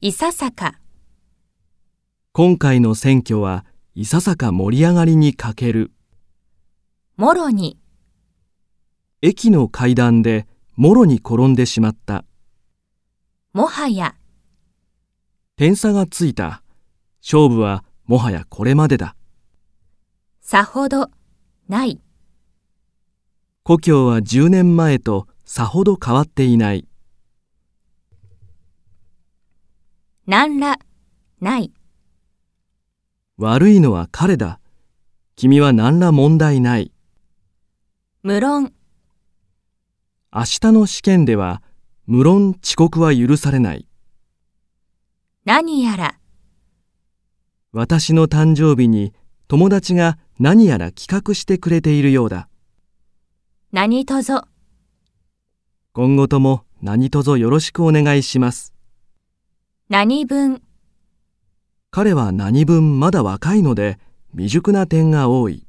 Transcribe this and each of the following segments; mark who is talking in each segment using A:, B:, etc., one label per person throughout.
A: いささか、
B: 今回の選挙はいささか盛り上がりに欠ける。
A: もろに、
B: 駅の階段でもろに転んでしまった。
A: もはや、
B: 点差がついた。勝負はもはやこれまでだ。
A: さほど、ない、
B: 故郷は10年前とさほど変わっていない。
A: なんら、ない、
B: 悪いのは彼だ。君は何ら問題ない。
A: 無論、
B: 明日の試験では、無論遅刻は許されない。
A: 何やら、
B: 私の誕生日に友達が何やら企画してくれているようだ。
A: 何とぞ、
B: 今後とも何卒よろしくお願いします。
A: 何分、
B: 彼は何分まだ若いので、未熟な点が多い。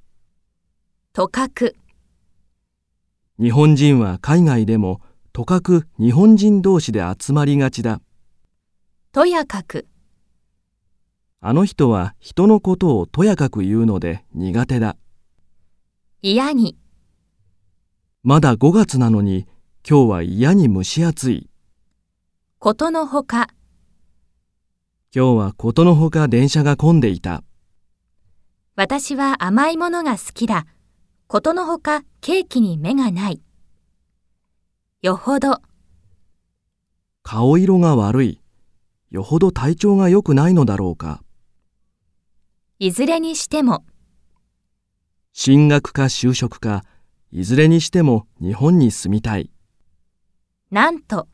A: とかく、
B: 日本人は海外でも、とかく日本人同士で集まりがちだ。
A: とやかく、
B: あの人は人のことをとやかく言うので苦手だ。
A: 嫌に、
B: まだ5月なのに、今日は嫌に蒸し暑い。
A: ことのほか、
B: 今日はことのほか電車が混んでいた。
A: 私は甘いものが好きだ。ことのほかケーキに目がない。よほど、
B: 顔色が悪い。よほど体調が良くないのだろうか。
A: いずれにしても、
B: 進学か就職か、いずれにしても日本に住みたい。
A: なんと、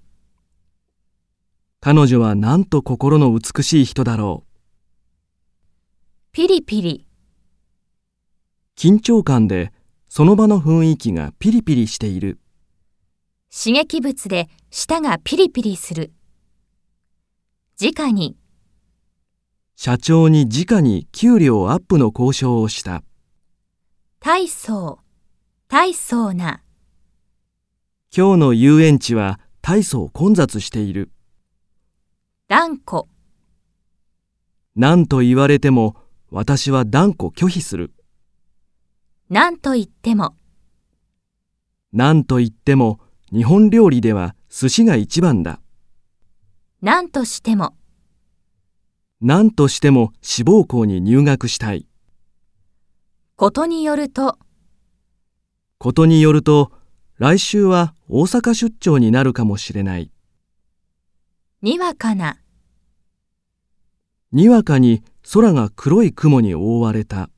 B: 彼女はなんと心の美しい人だろう。
A: ピリピリ、
B: 緊張感で、その場の雰囲気がピリピリしている。
A: 刺激物で舌がピリピリする。直に、
B: 社長に直に給料アップの交渉をした。
A: 大層、大層な、
B: 今日の遊園地は大層混雑している。
A: 断固、
B: なんと言われても、私は断固拒否する。
A: なんと言っても、
B: なんと言っても、日本料理では寿司が一番だ。
A: なんとしても、
B: なんとしても志望校に入学したい。
A: ことによると、
B: ことによると、来週は大阪出張になるかもしれない。
A: にわかな、
B: にわかに空が黒い雲に覆われた。